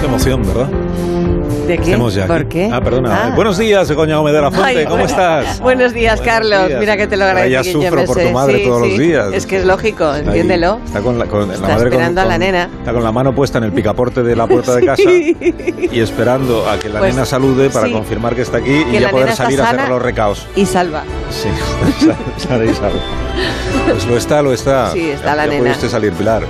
Qué emoción, ¿verdad? ¿De qué? Estamos ya aquí. ¿Por qué? Ah, perdona. Ah. Eh, Buenos días, Begoña Gómez de la Fuente. Ay, ¿Cómo bueno. estás? Buenos días, Carlos. días. Mira que te lo Ahora agradezco. ya que yo sufro me por sé. tu madre Sí, todos los sí. días. Es que es lógico, Ahí. entiéndelo. Está, con la, con- Está la madre con- esperando a la con- nena. Está con la mano puesta en el picaporte de la puerta de casa y esperando a que la Pues, nena salude para sí. confirmar que está aquí Que y ya la poder nena está salir a hacer sana. los recaos. Y salva. Sí, Sara y Sara. Pues lo está, lo está. Sí, está la Ya nena. puede usted salir, Pilar.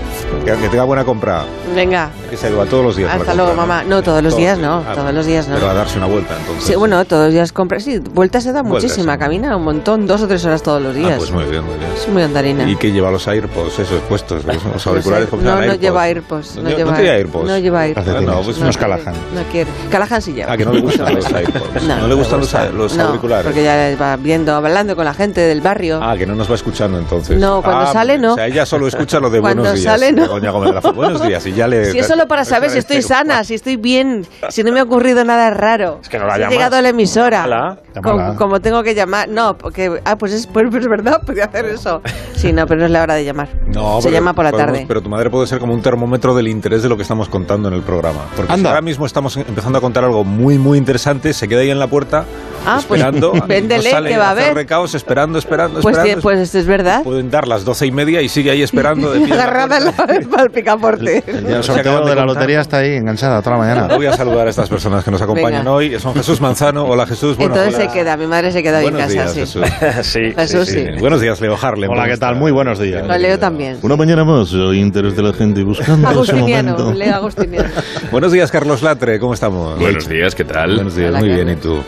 Que, que tenga buena compra. Venga. Que se va todos los días. a la Hasta luego, compra, mamá. No, todos los días no, Ah, todos los días no. Pero a darse una vuelta, entonces. Sí, bueno, todos los días compras. Sí, vueltas se da Vueltas, muchísima. sí. Camina un montón, dos o tres horas todos los días. Ah, pues muy bien, muy bien. Soy muy andarina. ¿Y qué lleva los AirPods, esos puestos? Los, los No sé, auriculares ¿cómo se no, llaman? no lleva AirPods. No, lle- lleva no tiene AirPods. No lleva AirPods. Ah, no, pues No unos quiere, Callahan. No quiere. Callahan sí lleva. Ah, que no le gustan los AirPods. No, le gustan los, a- los No, auriculares. Porque ya va viendo, hablando con la gente del barrio. Ah, que no nos va escuchando entonces. No, cuando Ah, sale, no. O sea, ella solo escucha lo de Cuando buenos días. sale, de no. Begoña Gómez de la Fuente. Buenos días y ya le... Si es solo para saber si estoy sana, si estoy bien, si no me ha ocurrido nada raro. Es que no la si he llamas. llegado a la emisora. Llámala. Co- Llámala. como tengo que llamar. No, porque. Ah, pues es, pues es verdad, podía hacer eso. Sí, no, pero no es la hora de llamar. No, Se pero llama por la podemos- tarde. Pero tu madre puede ser como un termómetro del interés de lo que estamos contando en el programa. Porque si Anda. ahora mismo estamos empezando a contar algo muy, muy interesante. Se queda ahí en la puerta Ah, pues esperando. no véndele, sale que va a hacer haber. recaos esperando, esperando, Pues, esperando. que- pues es verdad. Pueden dar las doce y media y sigue ahí esperando. De pie en la Agarrada en puerta. la para el picaporte. día El día del del Se acaban sorteo de de la contar. lotería está ahí, enganchada toda la Ahora mañana. voy a saludar a estas personas que nos acompañan Venga. hoy. Son Jesús Manzano. Hola, Jesús. Bueno, Entonces hola. se queda, mi madre se queda ahí en Buenos casa. días, sí. Jesús. Sí, Jesús, sí. Buenos días, Leo Harlem. ¿Cómo Hola, ¿qué está? tal? Muy buenos días. Lo leo también. Una mañana más, hoy interés de la gente buscando Agustiniano, leo Agustiniano. Buenos días, Carlos Latre. ¿Cómo estamos? Buenos días, ¿qué tal? Buenos días. Hola, Muy bien. ¿Y Carlos. tú?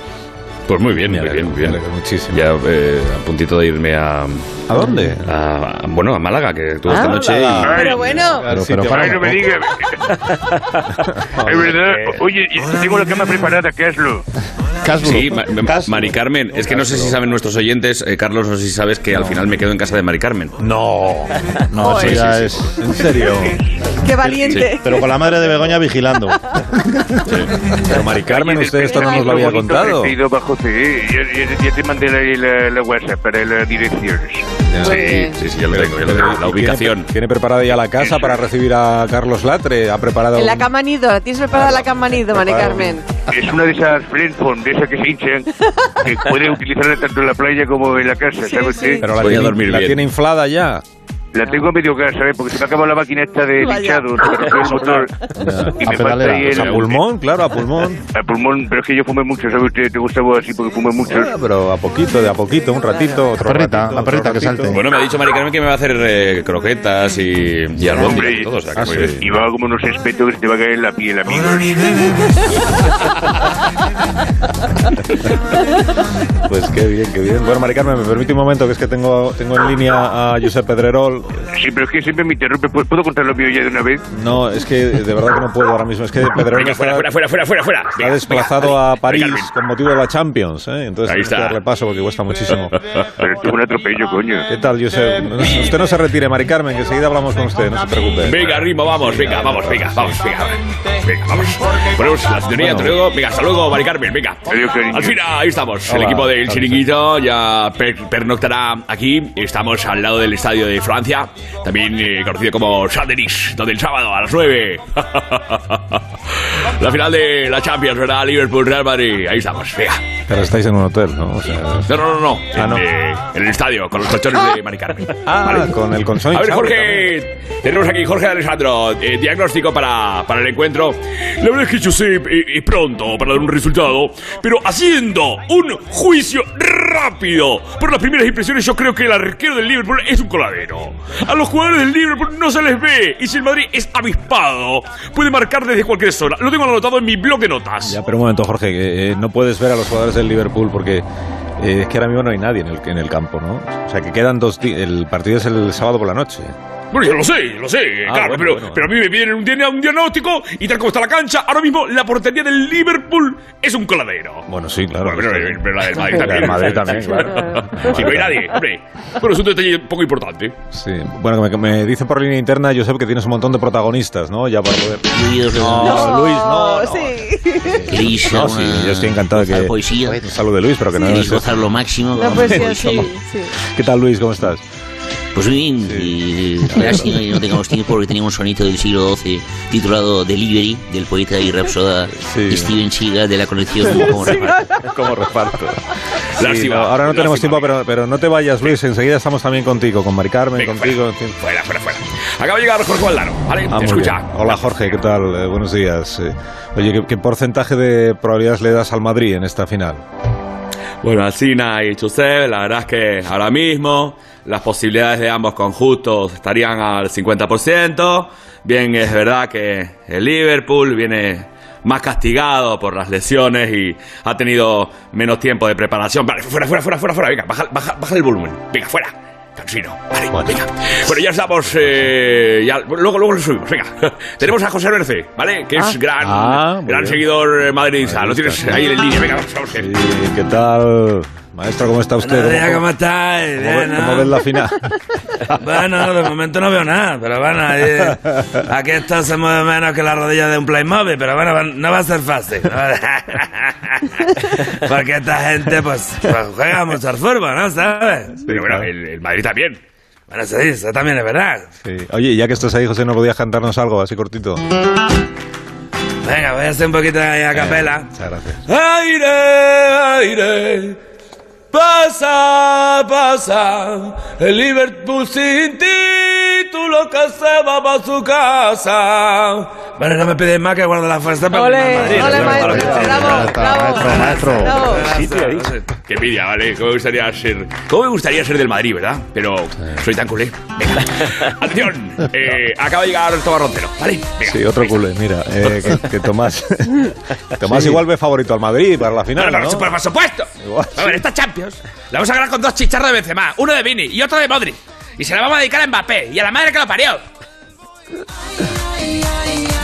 Pues muy bien, muy Me bien, alegro, muy bien. me alegro muchísimo. Ya eh, a puntito de irme a, ¿A dónde? a- a- bueno, a Málaga, que tuve Ah, esta noche. y- Málaga. Pero bueno, Claro, Sí, te para- Ay, no me digas. es verdad. Oye, y- tengo la cama preparada, Caslo. Sí, Ma- Ma- Mari Carmen, es que no sé si saben nuestros oyentes, eh, Carlos, no sé si sabes que al final me quedo en casa de Mari Carmen. No, No, eso Joder. ya es. en serio. qué valiente. Pero con la madre de Begoña vigilando. Pero Mari Carmen, Oye, usted esto no después nos lo había bonito contado. recibido bajo CD. Ya, ya- ya te mandé la, la- la WhatsApp para las direcciones. Muy Sí, bien. sí, sí, ya lo tengo, ya lo tengo, la ubicación. Tiene, tiene preparada ya la casa para recibir a Carlos Latre. Ha preparado. En la un- cama nido, la tienes preparada la cama nido, Mari Preparado. Carmen. Es una de esas friendphone, de esas que se hinchan, que puede utilizarla tanto en la playa como en la casa, Sí, ¿sabes sí. qué? Pero la, Voy a tiene, dormir la bien. tiene inflada ya. La tengo a medio gas, ¿sabes? Porque se me acaba la máquina esta de Vaya. hinchado, se me rompió el motor. Y A me falta pedalera, ahí pues el, A pulmón, claro, a pulmón. el pulmón, pero es que yo fumé mucho, ¿sabes? Te, te gustaba así porque fumé mucho. Ah, pero a poquito, de a poquito, un ratito, otro perrita, ratito, la otro perrita que ratito. salte. Bueno, me ha dicho Mari Carmen que me va a hacer eh, croquetas y, y albóndigas y todo, o sea, que Ah, muy sí. Ah. bien. Y va como unos espetos que se te va a caer en la piel, amigo. Pues qué bien, qué bien. Bueno, Mari Carmen, me permite un momento, que es que tengo, tengo en línea a Josep Pedrerol. Sí, pero es que siempre me interrumpe. ¿Puedo puedo contar lo mío ya de una vez? No, es que de verdad que no puedo ahora mismo. Es que Pedrerol Venga, está- fuera, fuera, fuera, fuera, fuera, fuera. Se ha Venga, desplazado venga, a París Carmen. con motivo de la Champions, ¿eh? entonces Ahí hay que está. darle paso porque cuesta muchísimo. Pero esto es un atropello, coño. ¿Qué tal, Josep? No, Usted no se retire, Mari Carmen, que enseguida hablamos con usted, no se preocupe. Venga, ritmo, vamos, venga, vamos, venga, vamos, venga. Venga, vamos. Ponemos la sintonía, hasta luego. Venga, hasta luego, Mari Carmen, venga. Adiós, cariño. Al final, ahí estamos. El Hola. equipo del Chiringuito ya per- pernoctará aquí. Estamos al lado del estadio de Francia, también eh, conocido como Saint-Denis, donde el sábado a las 9. La final de la Champions, ¿verdad? Liverpool-Real Madrid. Ahí estamos, venga. Pero estáis en un hotel, ¿no? O sea, No, no, no, no. Ah, en, no. eh, en el estadio, con los colchones de Mari Carmen. ah, Vale. con el A consonante. ver, Jorge, tenemos aquí Jorge Alejandro, eh, diagnóstico para, para el encuentro. La verdad es que yo sé eh, es pronto para dar un resultado, pero haciendo un juicio rápido por las primeras impresiones, yo creo que el arquero del Liverpool es un coladero. A los jugadores del Liverpool no se les ve, y si el Madrid es avispado, puede marcar desde cualquier zona. Lo tengo anotado en mi blog de notas. Ya, pero un momento, Jorge, que, eh, no puedes ver a los jugadores del Liverpool porque eh, es que ahora mismo no hay nadie en el, en el campo, ¿no? O sea, que quedan dos días. El partido es el sábado por la noche. Bueno, yo lo sé, lo sé, Ah, claro, pero, bueno, bueno, bueno. pero a mí me piden un, dia- un diagnóstico y tal como está la cancha, ahora mismo la portería del Liverpool es un coladero. Bueno, sí, claro. Bueno, pero, pero- pero la del Madrid La también. del Madrid también, claro. Sí, no hay nadie, hombre. Bueno, es un detalle poco importante. Sí. Eh, Bueno, que me, me dicen por línea interna, Josep, que tienes un montón de protagonistas, ¿no? Ya para poder... No, Ah, Luis, no, no. Sí. Luis, No, alguna- sí, yo estoy encantado de gozar que... poesía. Un saludo de Luis, pero que no... Luis es- gozar lo máximo. No, pues sí, Pues sí, sí. ¿Qué tal, Luis? ¿Cómo estás? Pues bien, y, eh, y, lástima que no tengamos tiempo porque teníamos un sonito del siglo XII titulado Delivery del poeta y rapsoda Sí. Steven Seagal de la colección como reparto. ¿Cómo reparto? Lástima, ahora no tenemos lástima. tiempo, pero, pero no te vayas, Luis. Enseguida estamos también contigo, con Mari Carmen, Venga, contigo. en fuera, fin. fuera, fuera, fuera. Acaba de llegar Jorge Valdano, ¿vale? Ah, muy Escucha. bien. Hola, Jorge, ¿qué tal? Eh, buenos días. Eh, oye, ¿qué, qué porcentaje de probabilidades le das al Madrid en esta final? Bueno, Alcina y Chuseb, la verdad es que ahora mismo las posibilidades de ambos conjuntos estarían al 50%. Bien, es verdad que el Liverpool viene más castigado por las lesiones y ha tenido menos tiempo de preparación. Vale, fuera, fuera, fuera, fuera, fuera. Venga, baja, baja, baja el volumen. Venga, fuera. Cansino. Vale, venga. Bueno, ya estamos. eh, ya- luego, luego lo subimos. Venga. Tenemos a José Berce, ¿vale? Que es gran, Ah, muy gran bien. seguidor eh, madridista. Lo tienes ahí en línea. Venga, vamos, eh. vamos. Sí, Eh, ¿Qué tal? Maestro, ¿cómo está usted? ¿Cómo, ¿Cómo estáis? cómo ve- Bien, cómo ves ¿no? la final? Bueno, de momento no veo nada, pero bueno, ahí- aquí esto se mueve menos que la rodilla de un Playmobil, pero bueno, va- no va a ser fácil. ¿no? Porque esta gente, pues, pues, juega mucho al fútbol, ¿no? ¿Sabes? Pero bueno, claro. el, el Madrid también. Bueno, sí, eso también es verdad. Sí. Oye, ya que estás ahí, José, ¿no podías cantarnos algo así cortito? Venga, voy a hacer un poquito ahí a capela. Muchas gracias. Aire, aire, pasa, pasa, el Liverpool sin título que se va para su casa. Bueno, no me pides más que guardo la fuerza para mi Ole, Madrid. ole, Bueno, maestro. Madrid. Bravo, bravo. maestro, Bravo. Qué envidia, ¿vale? ¿Cómo me gustaría ser? ¿Cómo me gustaría ser del Madrid, verdad? Pero soy tan culé. Venga. Atención. Eh, acaba de llegar Tomás Roncero, ¿vale? Venga. Sí, otro culé, mira, eh, que, que Tomás. Tomás igual ve favorito al Madrid para la Pero, final, pero, ¿no? por, por supuesto. Igual, A ver, esta Champions la vamos a ganar con dos chicharros de Benzema, uno de Vini y otro de Modric. Y se la vamos a dedicar a Mbappé y a la madre que lo parió.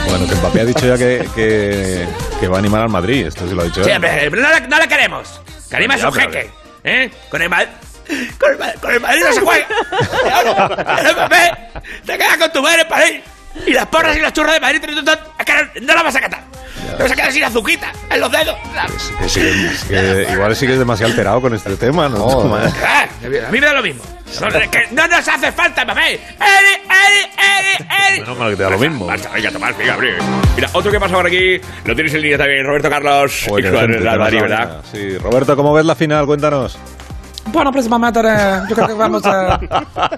Bueno, que Mbappé ha dicho ya que, que, que va a animar al Madrid, esto sí lo ha dicho. Sí, él. hombre, no, la, no la queremos. Que anima a su jeque. ¿Eh? Con el Madrid. Con el, Ma- con el Madrid no se juega. Y ahora, el Mbappé, te quedas con tu madre en París. Y las porras y las churras de Madrid. tru, tru, tru, es que no- no las vas a catar. Te vas a quedar sin azuquita en los dedos. Que sí, que- que igual sí que es demasiado alterado con este tema, ¿no? Tomás? Ah, a mí me da lo mismo. No, es que no nos hace falta, Mbappé. ¡Eri, eri, eri, eri! que te da lo mismo. Basta, venga, Tomás, venga, abre. Mira, otro que pasa por aquí. Lo tienes en línea también, Roberto Carlos. Joder, hijo qué del gente, Real Madrid, tenemos la ¿verdad? buena. Sí, Roberto, ¿cómo ves la final? Cuéntanos. Bueno, pues vamos a yo creo que vamos a,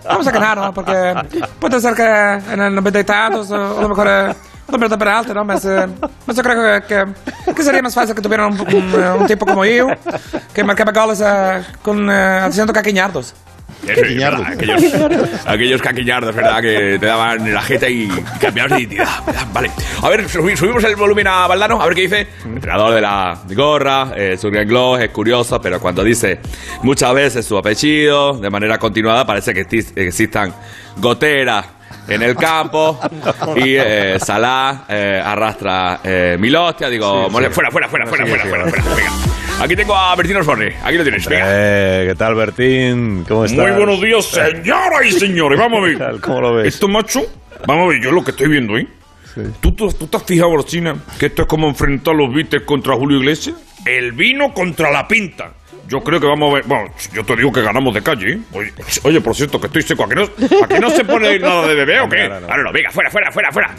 vamos a ganar, ¿no? Porque puede ser que en el 90 y tantos, eh, a lo mejor eh, Roberto Peralta, ¿no? Mas, eh, mas yo creo que, que, que sería más fácil que tuviera un, un, eh, un tipo como yo, que marcaba goles eh, con eh, haciendo caquiñardos. Eso, es verdad, aquellos, aquellos caquiñardos, ¿verdad? Que te daban la jeta y cambiaban de identidad. ¿verdad? Vale. A ver, subi- subimos el volumen a Valdano, a ver qué dice. Mm. Entrenador de la gorra, eh, su renglón es curioso, pero cuando dice muchas veces su apellido, de manera continuada, parece que exis- existan goteras en el campo y eh, Salah eh, arrastra eh, Milostia. Digo, mole- fuera, fuera, fuera, fuera, sí, fuera, sí, fuera, fuera. Venga. Aquí tengo a Bertino Osborne, aquí lo tienes, venga. Eh, ¿Qué tal, Bertín? ¿Cómo estás? Muy buenos días, señoras y señores. Vamos a ¿Qué tal? ver. ¿Cómo lo ves? Esto, macho, vamos a ver, yo lo que estoy viendo, ¿eh? ¿Tú, tú, tú te has fijado, Arcina, que esto es como enfrentar a los Beatles contra Julio Iglesias? El vino contra la pinta. Yo creo que vamos a ver. Bueno, yo te digo que ganamos de calle, ¿eh? Oye, oye, por cierto, que estoy seco. ¿A que no, a que no se pone nada de bebé o qué? Ahora no. Ahora no, venga, fuera, fuera, fuera, fuera.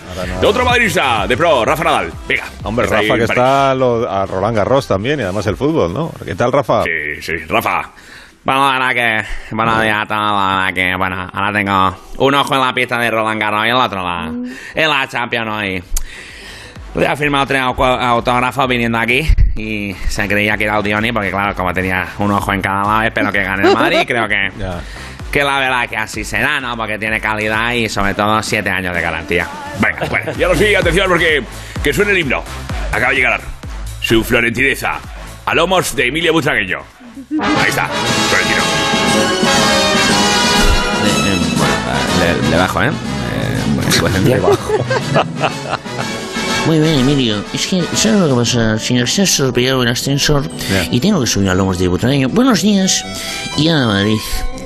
De otro madridista, de pro, Rafa Nadal. Venga. Hombre, Está ahí Rafa, que en París. está lo- a Roland Garros también y además el fútbol, ¿no? ¿Qué tal, Rafa? Sí, sí, Rafa. Bueno, ahora que. Bueno, ya todo, ahora que. Bueno, ahora tengo un ojo en la pista de Roland Garros y el otro la. En la Champions hoy. Le ha firmado tres au- autógrafos viniendo aquí y se creía que era Audioni porque, claro, como tenía un ojo en cada lado, espero que gane el Madrid. Creo que. Ya. Que la verdad que así será, ¿no? Porque tiene calidad y sobre todo siete años de garantía. Venga, bueno. Y ahora sí, atención porque que suene el himno. Acaba de llegar su florentineza a lomos de Emilia Butragueño. Ahí está, Florentino. Eh, eh, bueno, le, le bajo, ¿eh? eh bastante le bajo. Muy bien, Emilio. Es que, ¿sabes lo que pasa? Sin ascensor, pillado el ascensor y tengo que subir a Lomos de Butragueño. Buenos días y a Madrid.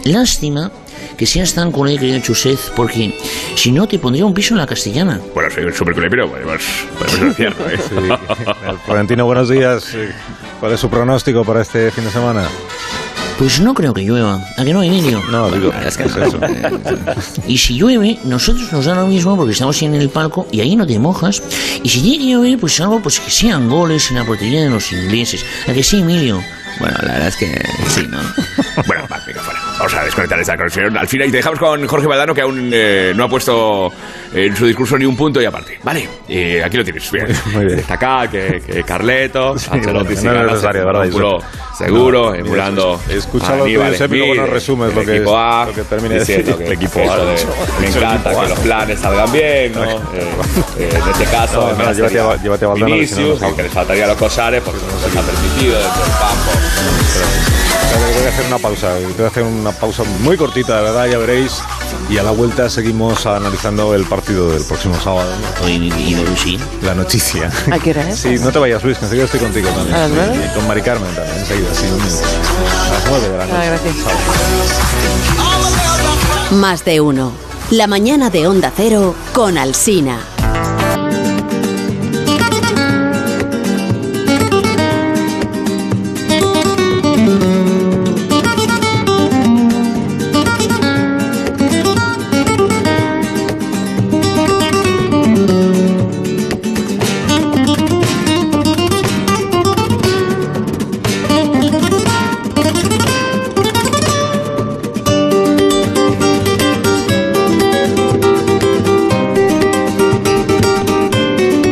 Lástima que seas tan culé, querido Chuset, porque si no te pondría un piso en la castellana. Bueno, pues, soy un superculé, pero podemos, podemos hacerlo, ¿eh? Florentino, buenos días. Eh, ¿Cuál es su pronóstico para este fin de semana? Pues no creo que llueva. ¿A que no, Emilio? No, digo, es eso. Y si llueve, nosotros nos da lo mismo porque estamos en el palco y ahí no te mojas. Y si tiene que llover, pues algo pues que sean goles en la portería de los ingleses. ¿A que sí, Emilio? Bueno, la verdad es que sí, ¿no? Bueno, va, venga, fuera. Vamos a desconectar esta conexión al final y te dejamos con Jorge Valdano, que aún eh, no ha puesto en su discurso ni un punto y aparte. Vale, eh, aquí lo tienes. Bien. muy bien. Está acá, que, que Carleto, Ancelotti, bueno, sí, no es Galazzo, necesario, ¿verdad, seguro, seguro, emulando. Escucha a lo que Aníbal dice, pero Smith, luego nos resumes lo el que equipo es- A, lo que termina de diciendo decir. que El equipo A, eso lo ha de- hecho. Me Eso, el encanta equipo A. que los planes salgan bien, ¿no? Eh, eh, en este caso, No, no, además, llévate a- llévate a Valdano, que si no, Vinicius, no. que le faltaría a los cosares porque no se les ha permitido dentro del campo. Vale, voy a hacer una pausa, eh, voy a hacer una pausa muy cortita, de verdad, ya veréis. Y a la vuelta seguimos analizando el partido del próximo sábado, ¿no? Oye, y, y, y- sí. la noticia. ¿A qué hora es? Sí, no te vayas, Luis, que enseguida estoy contigo también. ¿A las nueve? Y con Mari Carmen también, enseguida, sí, un minuto. A las nueve de la noche. Ah, gracias. Más de uno. La mañana de Onda Cero con Alsina.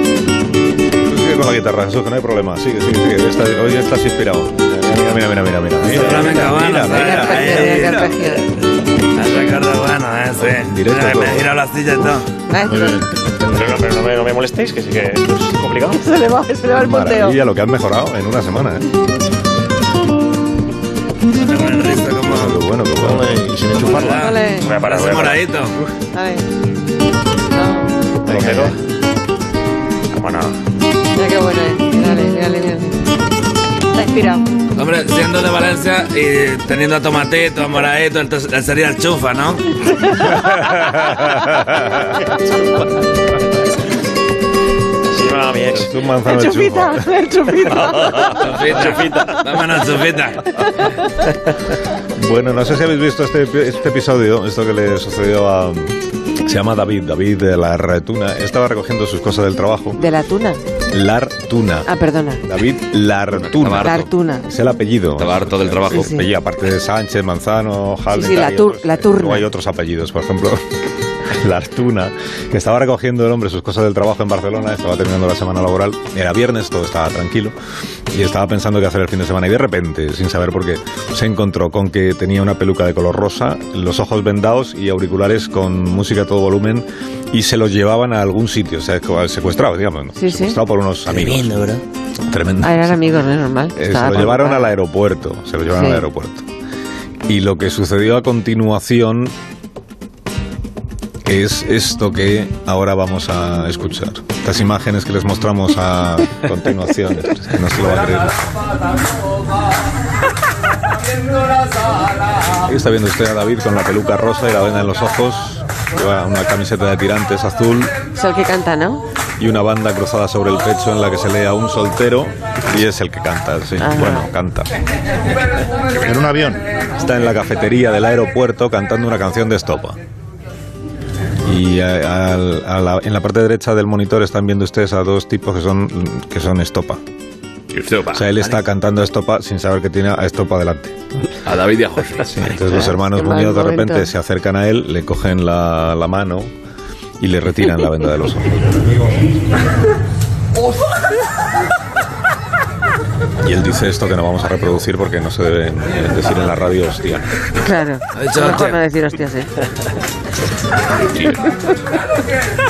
Sigue con la guitarra, Jesús, que no hay problema. Sigue, sigue, sigue. Estás- hoy estás inspirado. Mira, mira, mira, mira. mira, mira. Solamente mira, habana, mira. Cartagena, eh, Cartagena. Recuerdo bueno, eh, sí. Directo Mira, todo. Me gira la silla y todo. Gracias. Pero no, pero no me, no me molestéis, que sí que esto es complicado. Se le va, se le va el punteo. Maravilla lo que han mejorado en una semana, ¿eh? Tengo el rizo como... Qué bueno, qué bueno. Y sin enchufarla. Ole. Voy a parar, voy Ese a parar. moradito. Ay. Ah, No, Rosero. Bueno, mira qué bueno eh. es. Mírale, mírale, mírale. Está inspirado. Hombre, siendo de Valencia y teniendo a Tomatito, a Moradito, entonces sería el chufa, ¿no? así llamaba mi ex. Es un manzano El de chupita, chufa. el chupita. Chufita. Vámonos, chufita. Bueno, no sé si habéis visto este, epi- este episodio, esto que le sucedió a... Se llama David, David de la Retuna. Estaba recogiendo sus cosas del trabajo. De la tuna. Lartuna. Ah, perdona. David Lartuna. La tuna. Es el apellido. Estaba harto del trabajo. Sí, sí. Apellido, aparte de Sánchez, Manzano, Halden. sí, la hay tur- otros, la eh, turna. luego hay otros apellidos, por ejemplo, la Artuna, que estaba recogiendo el hombre sus cosas del trabajo en Barcelona, estaba terminando la semana laboral, era viernes, todo estaba tranquilo, y estaba pensando qué hacer el fin de semana, y de repente, sin saber por qué, se encontró con que tenía una peluca de color rosa, los ojos vendados y auriculares con música a todo volumen, y se los llevaban a algún sitio, o sea, secuestrado, digamos, ¿no? Sí, sí. secuestrado por unos amigos. Tremendo, ¿verdad? Tremendo. Ah, eran amigos, no es normal. Eh, se Estaba lo para llevaron ocupar. al aeropuerto. Se lo llevaron Sí. al aeropuerto. Y lo que sucedió a continuación es esto que ahora vamos a escuchar. Estas imágenes que les mostramos a continuación. Es que no se lo va a creer. Ahí está viendo usted a David con la peluca rosa y la venda en los ojos. Lleva una camiseta de tirantes azul Es el que canta, ¿no? y una banda cruzada sobre el pecho en la que se lee a un soltero y es el que canta, sí, Ajá. bueno, canta. En un avión. Está en la cafetería del aeropuerto cantando una canción de estopa. Y a- al- a la- en la parte derecha del monitor están viendo ustedes a dos tipos que son, que son estopa. Y usted va. O sea, él está cantando estopa sin saber que tiene a estopa delante. A David y a José. Sí, entonces los hermanos Qué mal Muñoz de momento. repente se acercan a él, le cogen la, la mano y le retiran la venda de los ojos. Y él dice esto que no vamos a reproducir porque no se debe eh, decir en la radio, hostia. Claro. dicho Mejor hostia. no decir hostias, ¿eh? sí.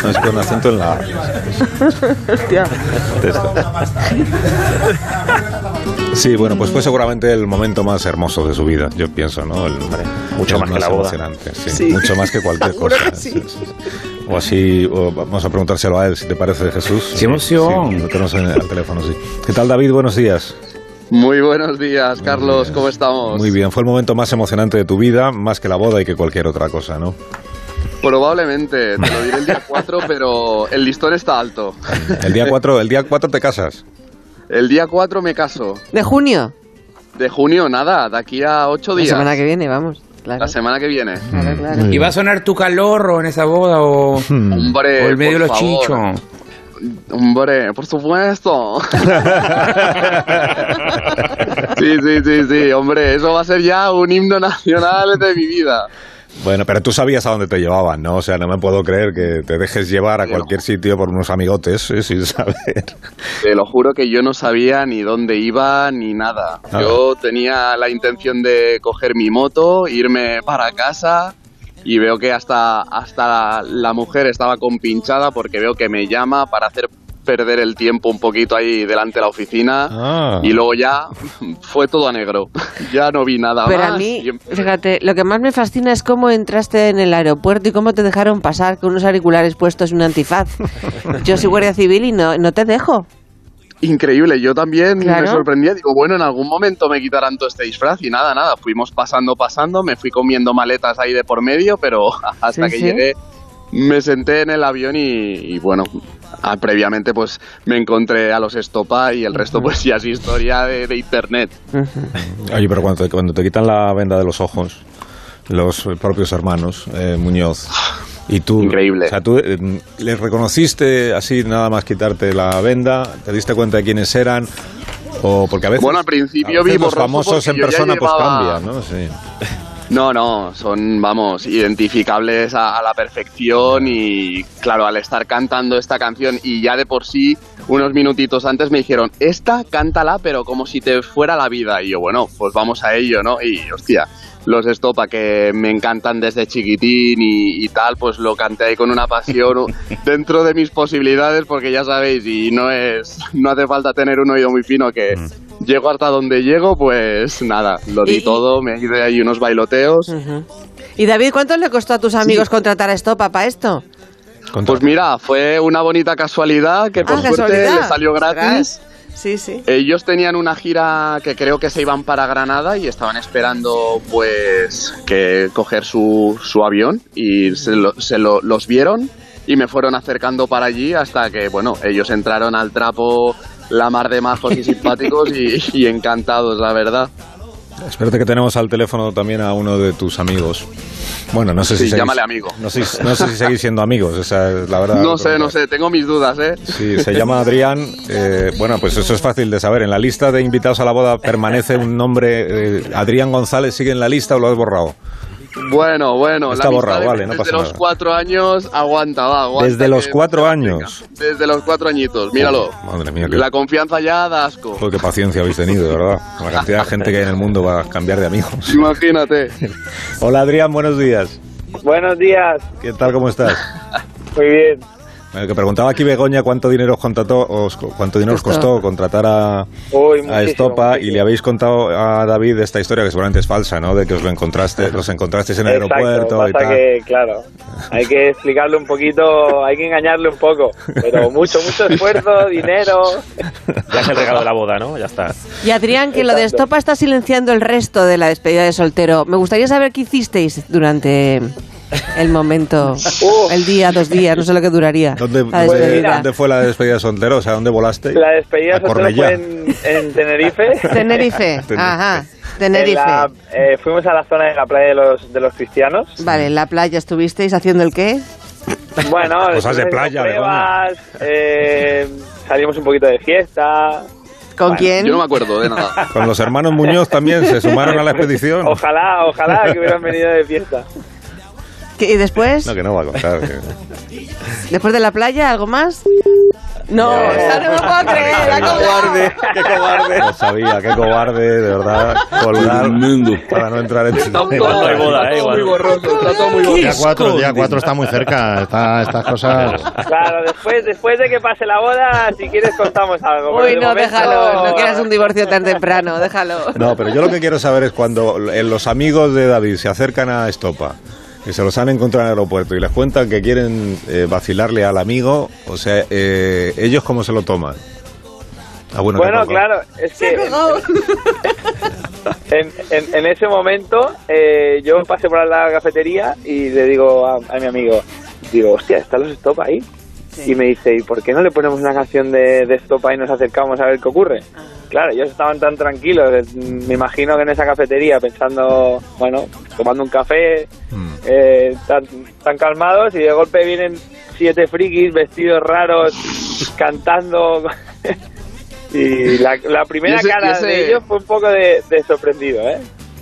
No es con acento en la A. Hostia. Texto. Sí, bueno, pues fue Mm. seguramente el momento más hermoso de su vida, yo pienso, ¿no? El- mucho el más que la boda. emocionante, sí, Sí. Mucho más que cualquier Seguro cosa. que sí. O así, o vamos a preguntárselo a él, si te parece, Jesús. ¡Qué emoción! lo tenemos en- al teléfono, sí. ¿Qué tal, David? Buenos días. Muy buenos días, Carlos, ¿cómo estamos? Muy bien, fue el momento más emocionante de tu vida, más que la boda y que cualquier otra cosa, ¿no? Probablemente, te lo diré el día 4, pero el listón está alto. El día 4, el día 4 te casas. El día 4 me caso. De junio, De junio, nada, de aquí a 8 la días. semana que viene, vamos. La semana que viene. ¿Y va a sonar tu calorro en esa boda o, Hombre, o el medio de por los favor. chichos? Mm, Hombre, por supuesto. sí, sí, sí, sí, hombre, eso va a ser ya un himno nacional de mi vida. Bueno, pero tú sabías a dónde te llevaban, ¿no? O sea, no me puedo creer que te dejes llevar a cualquier sitio por unos amigotes sí, sin saber. Te lo juro que yo no sabía ni dónde iba ni nada. Ah. Yo tenía la intención de coger mi moto, irme para casa y veo que hasta, hasta la mujer estaba compinchada porque veo que me llama para hacer perder el tiempo un poquito ahí delante de la oficina Ah. y luego ya fue todo a negro. ya no vi nada Pero más. a mí, y em- fíjate, lo que más me fascina es cómo entraste en el aeropuerto y cómo te dejaron pasar con unos auriculares puestos y un antifaz. Yo soy guardia civil y no, no te dejo. Increíble, yo también Claro. me sorprendía. Digo, bueno, en algún momento me quitarán todo este disfraz y nada, nada. Fuimos pasando, pasando, me fui comiendo maletas ahí de por medio, pero hasta Sí, que sí. llegué me senté en el avión y, y bueno, ah, previamente pues me encontré a los Estopa y el resto pues ya es historia de, de internet. Oye, pero cuando te, cuando te quitan la venda de los ojos, los propios hermanos, eh, Muñoz, y tú... Increíble. O sea, tú eh, les reconociste así nada más quitarte la venda, te diste cuenta de quiénes eran, o porque a veces... Bueno, al principio a veces vi los borroso famosos porque en yo ya persona pues llevaba- cambian, ¿no? Sí. No, no, son, vamos, identificables a, a la perfección y claro, al estar cantando esta canción y ya de por sí, unos minutitos antes me dijeron, esta cántala pero como si te fuera la vida. Y yo, bueno, pues vamos a ello, ¿no? Y hostia, los estopa que me encantan desde chiquitín y, y tal, pues lo canté ahí con una pasión dentro de mis posibilidades porque ya sabéis, y no es, no hace falta tener un oído muy fino que... Llego hasta donde llego, pues nada, lo di todo, me hice ahí unos bailoteos. Y David, ¿cuánto le costó a tus amigos contratar a Estopa para esto? Pues mira, fue una bonita casualidad que por suerte Ah, casualidad. le salió gratis. Sí, sí. Ellos tenían una gira que creo que se iban para Granada y estaban esperando pues que coger su, su avión y se, lo- se lo- los vieron y me fueron acercando para allí hasta que bueno, ellos entraron al trapo la mar de majos y simpáticos y- y encantados, la verdad. Ah, Espérate que tenemos al teléfono también a uno de tus amigos. Bueno, no sé si... Sí, seguís- llámale amigo. No sé, no sé si seguís siendo amigos, esa es la verdad. No sé, no sé, tengo mis dudas, ¿eh? Sí, se llama Adrián. eh, bueno, pues eso es fácil de saber. En la lista de invitados a la boda permanece un nombre. eh, Adrián González sigue en la lista o lo has borrado. Bueno, bueno, Está la amistad borrado, de- vale, no desde pasa los nada. cuatro años aguanta, va, aguanta. Desde los que- cuatro años. Desde los cuatro añitos, míralo. Madre mía, qué, La confianza ya da asco. joder, qué paciencia habéis tenido, de verdad. La cantidad de gente que hay en el mundo va a cambiar de amigos. Imagínate. Hola Adrián, buenos días. Buenos días, ¿Qué tal, cómo estás? muy bien. Bueno, que preguntaba aquí Begoña cuánto dinero os, contrató, os- cuánto dinero os costó contratar a, Uy, a muchísimo, Estopa y le habéis contado a David esta historia que seguramente es falsa, ¿no? De que os lo encontraste, los encontrasteis pues, en el Exacto, aeropuerto y pasa tal. que, claro, hay que explicarle un poquito, hay que engañarle un poco, pero mucho, mucho esfuerzo, dinero. Ya es el regalo de la boda, ¿no? Ya está. Y Adrián, que lo de Exacto. Estopa está silenciando el resto de la despedida de soltero. Me gustaría saber qué hicisteis durante el momento, el día, dos días, no sé lo que duraría. ¿Dónde, la dónde- despedida. dónde fue la despedida de soltero? O sea, ¿dónde volaste? La despedida A nosotros Cornellá. fue en, en Tenerife. Tenerife, ajá, En Tenerife. la- eh, fuimos a la zona de la playa de los, de los cristianos. Vale, en la playa estuvisteis haciendo el qué? Bueno, Cosas de estuvimos playa, haciendo Begoña. pruebas, eh, salimos un poquito de fiesta. ¿Con quién? Yo no me acuerdo de nada. Con los hermanos Muñoz también se sumaron a la expedición. Ojalá, ojalá que hubieran venido de fiesta. ¿Qué- ¿Y después? No, que no va a contar. que- ¿Después de la playa, algo más? No, o sea, no me puedo creer. la ha colgado. ¡Qué cobarde! Lo sabía, qué cobarde, de verdad. Colgar para no entrar en Está todo- hay boda, eh, igual. Día 4, día 4 está muy cerca. Está, estas cosas. Claro, después, después de que pase la boda, si quieres contamos algo. pero Uy, de no, momento- déjalo. No quieras un divorcio tan temprano, déjalo. No, pero yo lo que quiero saber es cuando eh, los amigos de David se acercan a Estopa y se los han encontrado en el aeropuerto y les cuentan que quieren eh, vacilarle al amigo, o sea, eh, ellos cómo se lo toman. Ah, bueno, que Bueno, perdón. claro, es que en, en- en ese momento eh, yo pasé por la cafetería y le digo a, a mi amigo, digo, hostia, ¿están los stop ahí? Y me dice, ¿y por qué no le ponemos una canción de, de stop ahí y nos acercamos a ver qué ocurre? Claro, ellos estaban tan tranquilos, eh, me imagino que en esa cafetería pensando, bueno, tomando un café, Hmm. eh, tan, tan calmados y de golpe vienen siete frikis vestidos raros cantando y la, la primera ¿Y ese- cara y ese- de ellos fue un poco de, de sorprendido, ¿eh?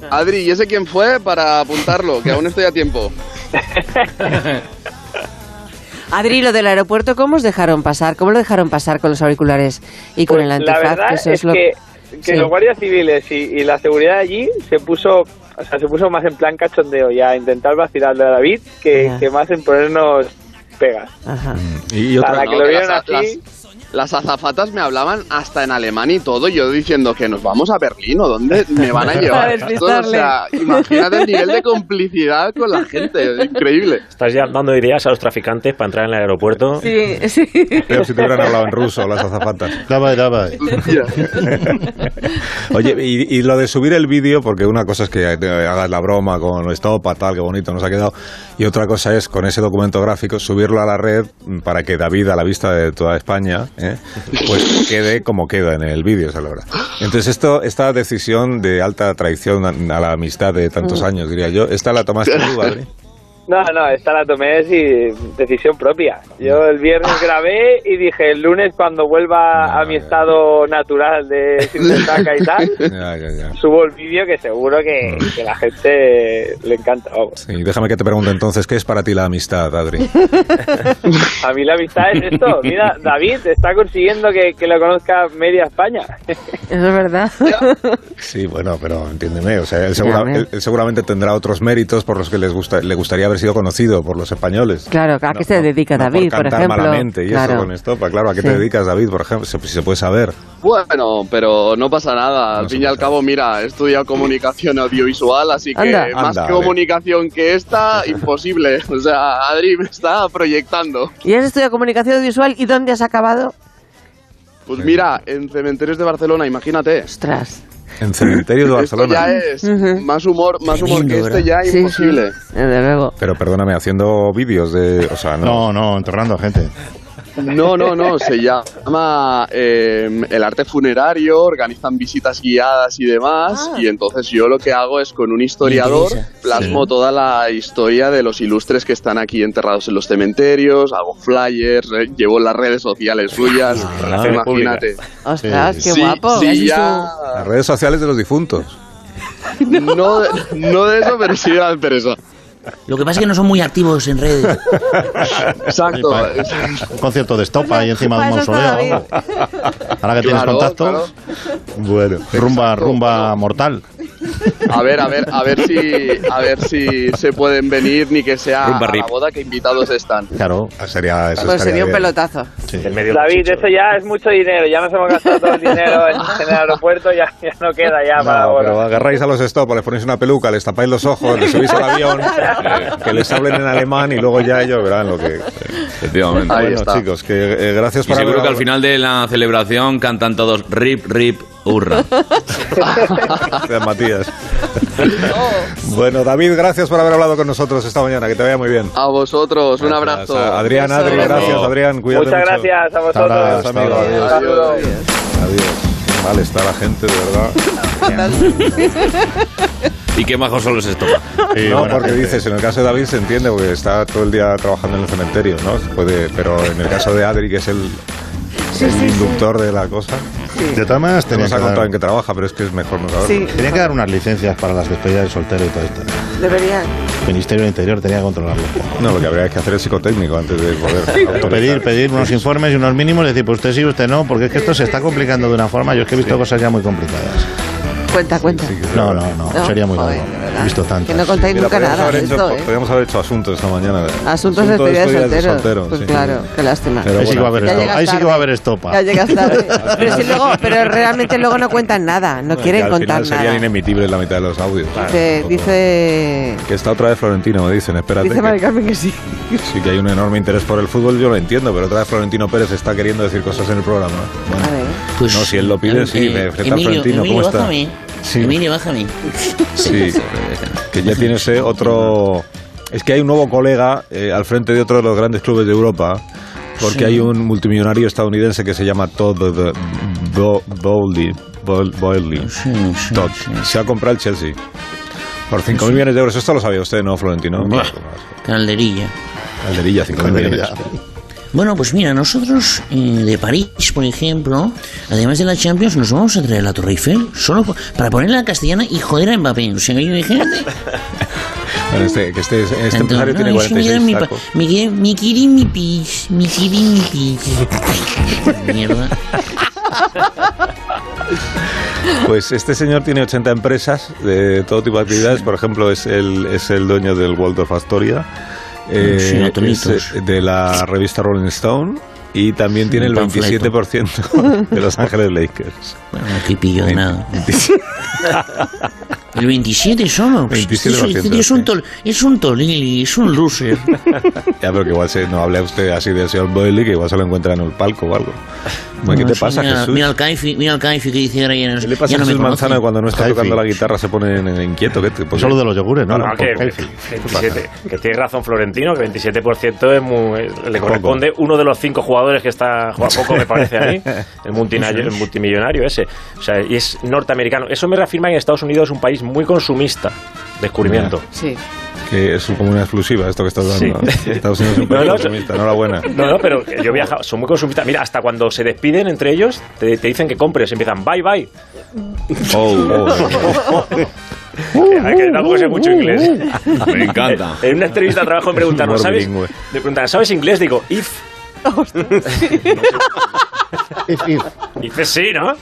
Adri, ¿y ese quién fue para apuntarlo? Que aún estoy a tiempo. Adri, lo del aeropuerto, ¿cómo os dejaron pasar? ¿Cómo lo dejaron pasar con los auriculares y con el Pues la antifaz? verdad Que es, eso es lo- que, que Sí. los guardias civiles y, y la seguridad allí se puso o sea, se puso más en plan cachondeo ya a intentar vacilarle a David que, Ya. que más en ponernos pegas. Y otra- Para que lo vieran las, así. las- las azafatas me hablaban hasta en alemán y todo, yo diciendo que nos vamos a Berlín o dónde me van a Para llevar. o sea, despistarle. imagínate el nivel de complicidad con la gente, es increíble. Estás ya dando ideas a los traficantes para entrar en el aeropuerto. Sí, sí. Pero si te hubieran hablado en ruso las azafatas. Oye, y, y lo de subir el vídeo, porque una cosa es que eh, hagas la broma con Estopa, tal, qué bonito nos ha quedado, y otra cosa es con ese documento gráfico subirlo a la red mm, para que David, a la vista de toda España, ¿eh? pues quede como queda en el vídeo, esa es la verdad. Entonces, esto, esta decisión de alta traición a, a la amistad de tantos Mm. años, diría yo, ¿esta la tomaste tú, Adri? No, no, esta la tomé así, decisión propia. Yo el viernes grabé y dije el lunes cuando vuelva a mi estado natural de sin destaca y tal, Ya, ya, ya. subo el vídeo que seguro que, que la gente le encanta. vamos. Sí, déjame que te pregunte entonces, ¿qué es para ti la amistad, Adri? A mí la amistad es esto. Mira, David está consiguiendo que, que lo conozca media España. Eso es verdad. Sí, bueno, pero entiéndeme, o sea, él, segura- Claro. él- él seguramente tendrá otros méritos por los que les gusta, le gustaría haber sido conocido por los españoles. Claro, ¿a qué se dedica No David, por por, cantar ejemplo? malamente y claro. eso con estopa, claro, ¿a qué te Sí. dedicas, David, por ejemplo? Se, si se puede saber. Bueno, pero no pasa nada. Al fin y al cabo, mira, he estudiado comunicación audiovisual, así que Anda. más Anda, comunicación que esta, imposible. O sea, Adri me está proyectando. ¿Y has estudiado comunicación audiovisual y dónde has acabado? Pues mira, en cementerios de Barcelona, imagínate. Ostras. En cementerio de Esto Barcelona. ya es más humor, más humor que Tremendo, este ya ¿verdad? Sí, imposible. Desde luego. Pero perdóname, haciendo vídeos de, o sea, no, No, no, enterrando a gente. No, no, no, se llama eh, el arte funerario, organizan visitas guiadas y demás, y entonces yo lo que hago es con un historiador Me interesa, plasmo sí. toda la historia de los ilustres que están aquí enterrados en los cementerios, hago flyers, eh, llevo las redes sociales suyas, Relaciones imagínate. públicas. Ostras, qué Sí, guapo. sí, ¿Has visto? ya- Las redes sociales de los difuntos. No, de- no de eso, pero sí de la empresa. Lo que pasa es que no son muy activos en redes. Exacto. Un concierto de estopa ahí encima de un Para eso está mausoleo. Ahora que tienes Claro, contactos. Bueno, rumba, rumba mortal. A ver, a ver, a ver si, a ver si se pueden venir ni que sea Rumba a la rip. boda que invitados están. Claro, Ah, sería eso Pues estaría sería un bien. pelotazo. David, eso ya es mucho dinero. Ya nos hemos gastado todo el dinero en, en el aeropuerto. Ya, ya no queda ya para No, ahora. pero agarráis a los estopa, les ponéis una peluca, les tapáis los ojos, les subís al avión, eh, que les hablen en alemán y luego ya ellos verán lo que... Efectivamente. Bueno, chicos, que eh, gracias Y por seguro haber que al final de la celebración cantan todos rip, rip, hurra. Gracias, Matías. Bueno, David, gracias por haber hablado con nosotros esta mañana. Que te vaya muy bien. A vosotros, un abrazo. a Adrián, Adri, gracias, Adrián. Cuídate Muchas mucho. gracias a Hasta vosotros. ahora, Hasta amigo, luego. adiós. Saludos. Adiós. Qué mal está la gente, de verdad. y qué majos son los estómagos. no, porque dices, en el caso de David se entiende, porque está todo el día trabajando en el cementerio, ¿no? Puede, pero en el caso de Adri, que es el sí, el sí, sí. inductor de la cosa. De todas maneras, No tenían nos ha que contado dar- en qué trabaja, pero es que es mejor no saberlo. Sí. Tenían que dar unas licencias para las despedidas de soltero y todo esto. Deberían. El Ministerio del Interior tenía que controlarlo. No, lo que habría es que hacer es psicotécnico antes de poder. pedir, pedir unos informes y unos mínimos, decir, pues usted sí, usted no, porque es que esto se está complicando de una forma. Yo es que he visto cosas ya muy complicadas. Cuenta, cuenta. No, no, no, No, sería muy joder, largo. de He visto tantas. Que no contáis Mira, nunca podríamos nada de haber hecho- esto, ¿eh? Podríamos haber hecho asuntos esta mañana. Asuntos de Asunto despedida de despedidas solteros. solteros, Pues sí. claro, qué lástima. Pero Ahí sí que va a haber bueno. Ya estopa. llegas Ahí sí que tarde. va a haber estopa. Ya llegas tarde. Pero, si luego, pero realmente luego no cuentan nada, no Que quieren al contar final serían nada. inemitibles la mitad de los audios. Dice, dice, Que está otra vez Florentino, me dicen, espérate. dice que- Mari Carmen que sí. Sí que hay un enorme interés por el fútbol, yo lo entiendo, pero otra vez Florentino Pérez está queriendo decir cosas en el programa. Bueno, Pues, no, si él lo pide, sí, Eh, me frente a Emilio, Florentino, Emilio, ¿cómo está? bájame. Emilio, bájame. Sí, eh, que ya tiene ese otro... Es que hay un nuevo colega eh, al frente de otro de los grandes clubes de Europa, porque Sí. hay un multimillonario estadounidense que se llama Todd Bo- Bo- Bowley. Bo- Bowley. Todd. Se ha comprado el Chelsea. Por 5.000 Sí. millones de euros. Esto lo sabía usted, ¿no, Florentino? Buah. Calderilla. Calderilla, 5.000 millones. Bueno, pues mira, nosotros eh, de París, por ejemplo, además de la Champions, nos vamos a traer la Torre Eiffel solo po- para ponerla a castellana y joder a Mbappé. O sea, yo imagínate. Bueno, este, que este, este Entonces, empresario no, tiene es que me 46 dieron mi, pa- tacos. mi, que- mi kiri, mi pis, mi kiri, mi pis. Mierda. Pues este señor tiene 80 empresas de todo tipo de actividades. Por ejemplo, es el, es el dueño del Waldorf Astoria, eh, Sí, atolitos. es, eh, de la revista Rolling Stone y también tiene el panfleto. 27% de Los Ángeles Lakers. Bueno, aquí pillo de nada. El 27 solo. pues, este es, 27%, este es un tol, es un tolili, es un loser. Ya, pero que igual se, no hable usted así del señor Boyle, que igual se lo encuentra en el palco o algo. Bueno, ¿Qué te Sí, pasa, mira, Jesús? Mira al Caifi, mira al Caifi que dice ahora ya no, ¿Qué le pasa ya a no me Jesús conoce. Manzana cuando no está Caifi. tocando la guitarra? Se pone eh, inquieto. ¿Qué te- por qué? Solo de los yogures, ¿no? No, no, Por que, Caifi. 27, que tiene razón Florentino, que 27% es muy- eh, le corresponde uno de los cinco jugadores que está juega poco, me parece a mí, el, multinario- el multimillonario ese. O sea, y es norteamericano. Eso me reafirma que Estados Unidos es un país muy consumista. Descubrimiento. Sí. Que es como una exclusiva esto que estás dando. Sí. Estados Unidos es un No, país no, consumista. Enhorabuena. No, no, pero yo he viajado, son muy consumistas. Mira, hasta cuando se despiden entre ellos, te, te dicen que compres, empiezan bye bye. Oh, oh. Hay que tampoco sé mucho inglés. Ah, Me encanta. En una entrevista de trabajo me preguntaron, Humor ¿sabes? bilingüe. Me preguntaron, ¿sabes inglés? Digo, if. Dice sí, ¿no?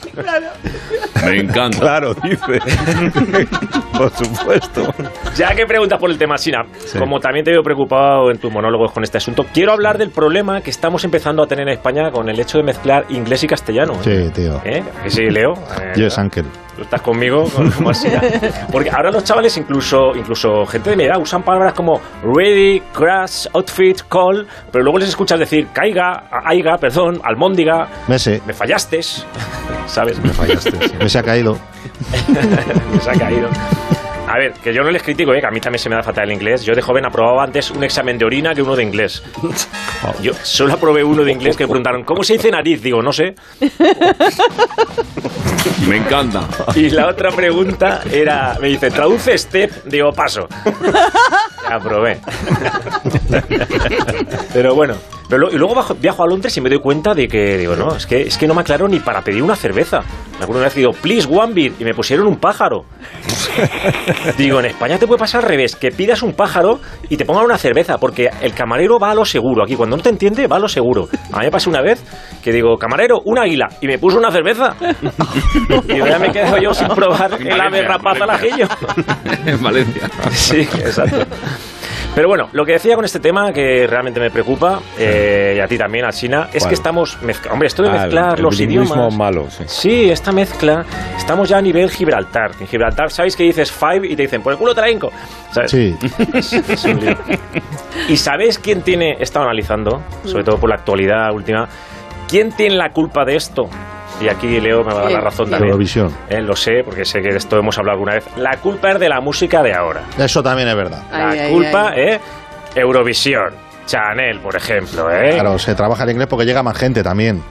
Me encanta. Claro, dice. por supuesto. Ya que preguntas por el tema, Sina, como también te veo preocupado en tus monólogos con este asunto, quiero hablar del problema que estamos empezando a tener en España con el hecho de mezclar inglés y castellano. ¿eh? Sí, tío. ¿Eh? Que sí, Leo. Eh, Yo es Ángel. Tú estás conmigo con- como así. Porque ahora los chavales, incluso, incluso gente de mi edad, usan palabras como ready, crash, outfit, call, pero luego les escuchas decir caiga, a- aiga, perdón, almóndiga, Mese. me fallaste, ¿sabes? Me fallaste. Mese ha caído. Me se ha caído. A ver, que yo no les critico, ¿eh? que a mí también se me da fatal el inglés. Yo de joven aprobaba antes un examen de orina que uno de inglés. Yo solo aprobé uno de inglés que me preguntaron, ¿cómo se dice nariz? Digo, no sé. Me encanta. Y la otra pregunta era, me dice, ¿traduce step? Digo, paso. Aprobé. Pero bueno. Pero lo- y luego bajo- viajo a Londres y me doy cuenta de que, digo, no, es que, es que no me aclaro ni para pedir una cerveza. Me acuerdo una vez que digo, please, one beer, y me pusieron un pájaro. Digo, en España te puede pasar al revés, que pidas un pájaro y te pongan una cerveza, porque el camarero va a lo seguro. Aquí, cuando no te entiende, va a lo seguro. A mí me pasó una vez que digo, camarero, un águila, y me puso una cerveza. Digo, ya me quedo yo sin probar el ave rapaz al ajillo. En Valencia. Sí, exacto. Pero bueno, lo que decía con este tema que realmente me preocupa, eh, y a ti también, a China, es ¿Cuál? que estamos mezclando. Hombre, esto de Ah, el- mezclar el los bilingüismo idiomas. malo, sí. Sí, esta mezcla. Estamos ya a nivel Gibraltar. En Gibraltar, ¿sabéis que dices five y te dicen por el culo te la hinco? ¿Sabes? Sí. Es- es un lío. ¿Y sabéis quién tiene, he estado analizando, sobre todo por la actualidad última, quién tiene la culpa de esto? Y aquí Leo me va a dar la razón también. Eurovisión. Eh, lo sé, porque sé que de esto hemos hablado alguna vez. La culpa es de la música de ahora. Eso también es verdad. La Ay, ay, culpa es Eurovisión, Chanel, por ejemplo, ¿eh? Claro, se trabaja el inglés porque llega más gente también.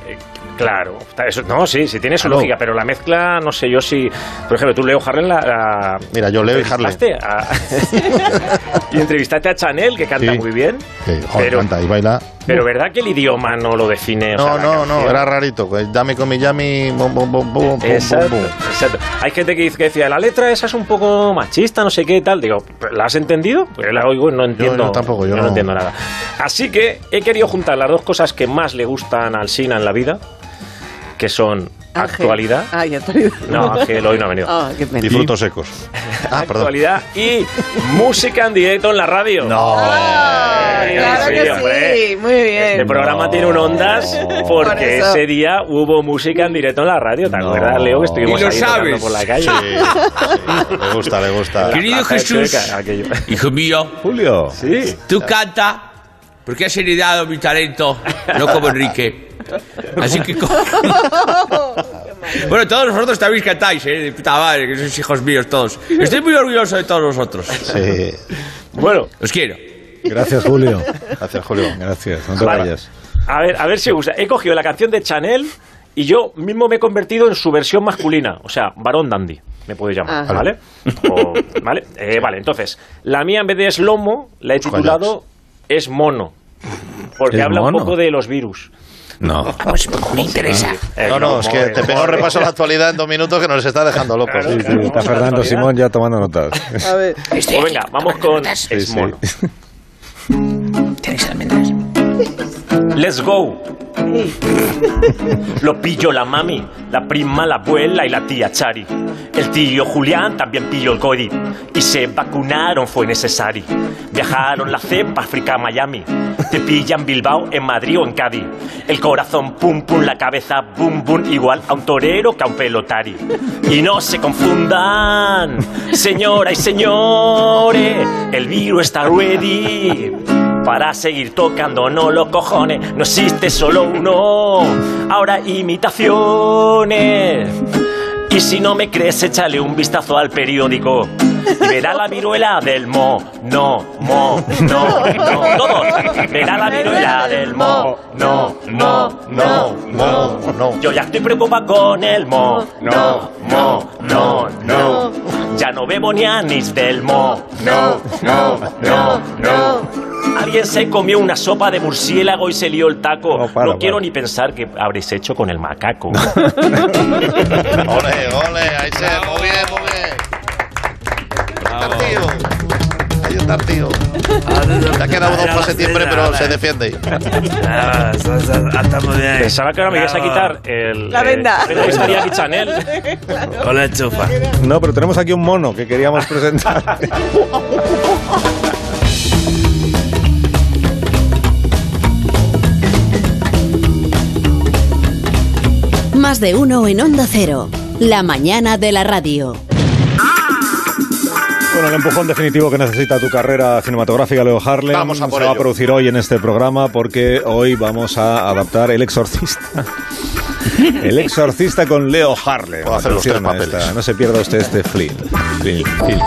Claro, está- eso- no, sí, sí tiene su Claro. lógica, pero la mezcla, no sé yo si. Por ejemplo, tú Leo Harlan la. la- Mira, yo Leo y Harlan. entrevistaste a- y entrevistaste a Chanel, que canta Sí. muy bien. Sí, joder, Pero- canta y baila. Pero ¿verdad que el idioma no lo define? o sea, No, la no, no, canción? era rarito. pues, Dame con mi yami, bum, bum, bum, bum, bum, bum, Exacto, bum. exacto. Hay gente que dice que decía, la letra esa es un poco machista, no sé qué y tal. Digo, ¿la has entendido? Pues la oigo y no entiendo. no, tampoco, yo no, no. entiendo nada. Así que he querido juntar las dos cosas que más le gustan al Sina en la vida, que son Ángel. actualidad. Ah, y actualidad. No, Ángel hoy no ha venido. Ah, qué pena. Y frutos secos. Ah, perdón. Actualidad y música en directo en la radio. No. Ah, Claro que sí, muy bien. El este programa tiene un ondas porque Por eso. ese día hubo música en directo en la radio, ¿te acuerdas, Ah, Leo? Que estuvimos Y lo ahí tocando sabes. por la calle. Le gusta, le gusta. Querido Jesús, hijo mío, Julio, tú canta porque has heredado mi talento, no como Enrique. Así que, co- bueno, todos vosotros también cantáis, ¿eh? de puta madre, que sois hijos míos todos. Estoy muy orgulloso de todos vosotros. Sí. Bueno, os quiero. Gracias, Julio. Gracias, Julio. Gracias, no te Vale. vayas. A ver, a ver si os gusta. He cogido la canción de Chanel y yo mismo me he convertido en su versión masculina, o sea, varón dandy, me puede llamar, Ajá. ¿vale? O- ¿Vale? Eh, vale, entonces, la mía en vez de es lomo, la he titulado es mono, porque ¿Es habla mono? un poco de los virus. Eh, No. Me interesa. No, no, es que te pego un repaso a la actualidad en dos minutos que nos está dejando locos. Sí, sí, está Fernando Simón ya tomando notas. A ver. Pues venga, vamos con es Sí, sí. mono. Let's go. Lo pillo la mami, la prima, la abuela y la tía Chari. El tío Julián también pilló el COVID y se vacunaron, fue necesario. Viajaron la cepa África a Miami. Te pillan Bilbao, en Madrid o en Cádiz. El corazón pum pum, la cabeza bum bum, igual a un torero que a un pelotari. Y no se confundan, señoras y señores, el virus está ready para seguir tocando no los cojones no existe solo uno ahora imitaciones y si no me crees échale un vistazo al periódico y verá la viruela del mo no mo no no todo verá la viruela del mo no no no no no yo ya estoy preocupado con el mo no mo no no ya no bebo ni anís del mo no no no no Alguien se comió una sopa de murciélago y se lió el taco. No, para, quiero para. ni pensar que habréis hecho con el macaco. Ole, ole, ahí se, muy bien, muy bien. Tartío. Hay un tartío. Te ha quedado dos para septiembre, pero se defiende. Está muy bien. Pensaba que ahora me ibas a quitar el. La eh, venda. pero ahí estaría aquí Chanel. Con la chufa. No, pero tenemos aquí un mono que queríamos presentar. Más de uno en Onda Cero. La mañana de la radio. Bueno, el empujón definitivo que necesita tu carrera cinematográfica, Leo Harlem, Vamos a por se va a ello. producir hoy en este programa porque hoy vamos a adaptar El Exorcista. El Exorcista con Leo Harlem. Puedo hacer los Atención tres a esta. papeles. No se pierda usted este film. Film, film.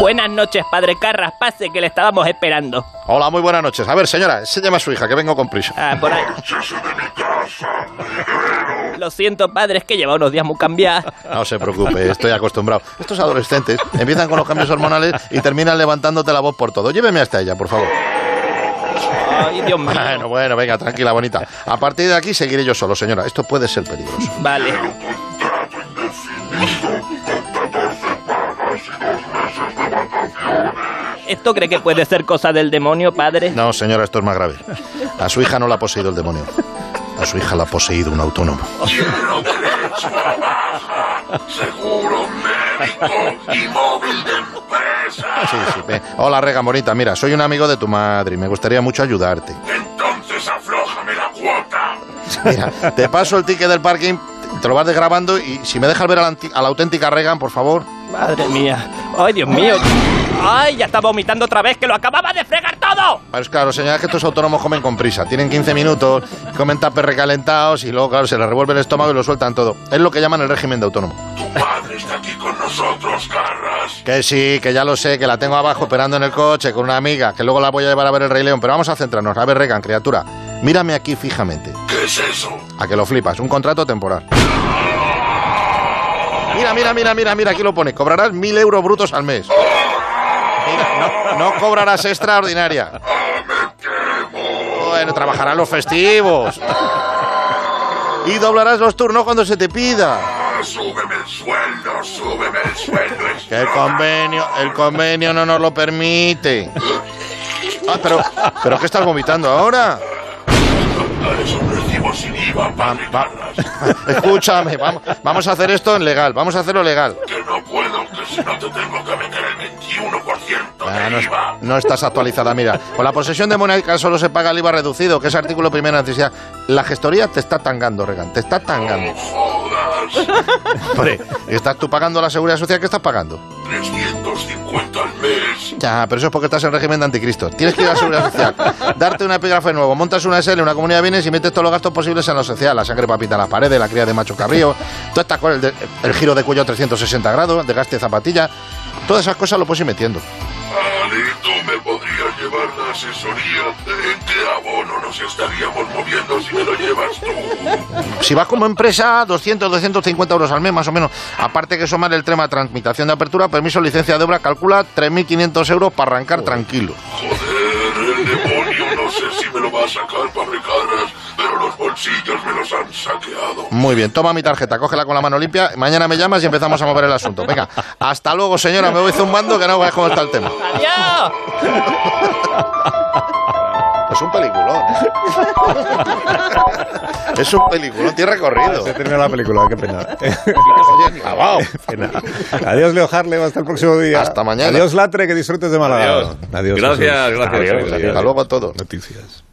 Buenas noches, padre Carras. Pase que le estábamos esperando. Hola, muy buenas noches. A ver, señora, se llama a su hija, que vengo con prisa. Ah, por ahí. Lo siento, padre, es que lleva unos días muy cambiados. No se preocupe, estoy acostumbrado. Estos adolescentes empiezan con los cambios hormonales y terminan levantándote la voz por todo. Lléveme hasta ella, por favor. Ay, Dios mío. Bueno, bueno, venga, tranquila, bonita. A partir de aquí seguiré yo solo, señora. Esto puede ser peligroso. Vale. ¿Esto cree que puede ser cosa del demonio, padre? No, señora, esto es más grave. A su hija no la ha poseído el demonio. A su hija la ha poseído un autónomo. Quiero tres balas, seguro médico y móvil de empresa. Ah, Sí, sí. ve. Hola, Rega Bonita. Mira, soy un amigo de tu madre y me gustaría mucho ayudarte. Entonces aflójame la cuota. Mira, te paso el ticket del parking, te lo vas desgrabando y si me dejas ver a la, anti- a la auténtica Regan, por favor. Madre mía. Ay, Dios mío. Ay, ya está vomitando otra vez, que lo acababa de fregar todo. Pues claro, señora, es que estos autónomos comen con prisa. Tienen 15 minutos, comen tapes recalentados y luego, claro, se les revuelve el estómago y lo sueltan todo. Es lo que llaman el régimen de autónomo. Tu padre está aquí con nosotros, Carras. Que sí, que ya lo sé, que la tengo abajo esperando en el coche con una amiga, que luego la voy a llevar a ver el Rey León. Pero vamos a centrarnos. A ver, Regan, criatura, mírame aquí fijamente. ¿Qué es eso? A que lo flipas, un contrato temporal. Mira, mira, mira, mira, mira, aquí lo pone. Cobrarás mil euros brutos al mes. Mira, no, no cobrarás extraordinaria. bueno, trabajarás los festivos. Y doblarás los turnos cuando se te pida. Ah, súbeme el sueldo, súbeme el sueldo. Que el convenio, el convenio no nos lo permite. Ah, pero, pero ¿qué estás vomitando ahora? Es un recibo sin IVA, papi. Escúchame, vamos, vamos a hacer esto en legal, vamos a hacerlo legal. Que no puedo, que si no te tengo que meter el 21%. Ah, no, es- no estás actualizada, mira. Con la posesión de monarca solo se paga el IVA reducido, que es artículo primera necesidad. La gestoría te está tangando, Regan, te está tangando. Hombre, estás tú pagando la seguridad social que estás pagando. 350 al mes. Ya, pero eso es porque estás en régimen de anticristo. Tienes que ir a la seguridad social, darte un epígrafe nuevo, montas una SL, una comunidad de bienes y metes todos los gastos posibles en lo social. La sangre papita en las paredes, la cría de macho cabrío, todas estas cosas, el, de- el giro de cuello a 360 grados, desgaste de zapatilla, todas esas cosas lo puedes ir metiendo. Ali, tú me podrías llevar la asesoría de en qué abono nos estaríamos moviendo si me lo llevas tú. Si vas como empresa, 200, 250 euros al mes, más o menos. Aparte que sumar el tema de transmitación de apertura, permiso, licencia de obra, calcula 3.500 euros para arrancar tranquilo. Joder, el demonio, no sé si me lo va a sacar para recargas, pero los bolsillos me los han saqueado. Muy bien, toma mi tarjeta, cógela con la mano limpia, mañana me llamas y empezamos a mover el asunto. Venga, hasta luego señora, me voy zumbando que no veas cómo está el tema. ¡Adiós! Es un peliculón. Es un peliculón, tiene recorrido. Se terminó la película, qué pena. Acabado. Pena. Adiós, Leo Harlem, hasta el próximo día. Hasta mañana. Adiós, Latre, que disfrutes de Málaga. Adiós. Adiós. Gracias, Jesús. gracias. Hasta luego a todos. Noticias.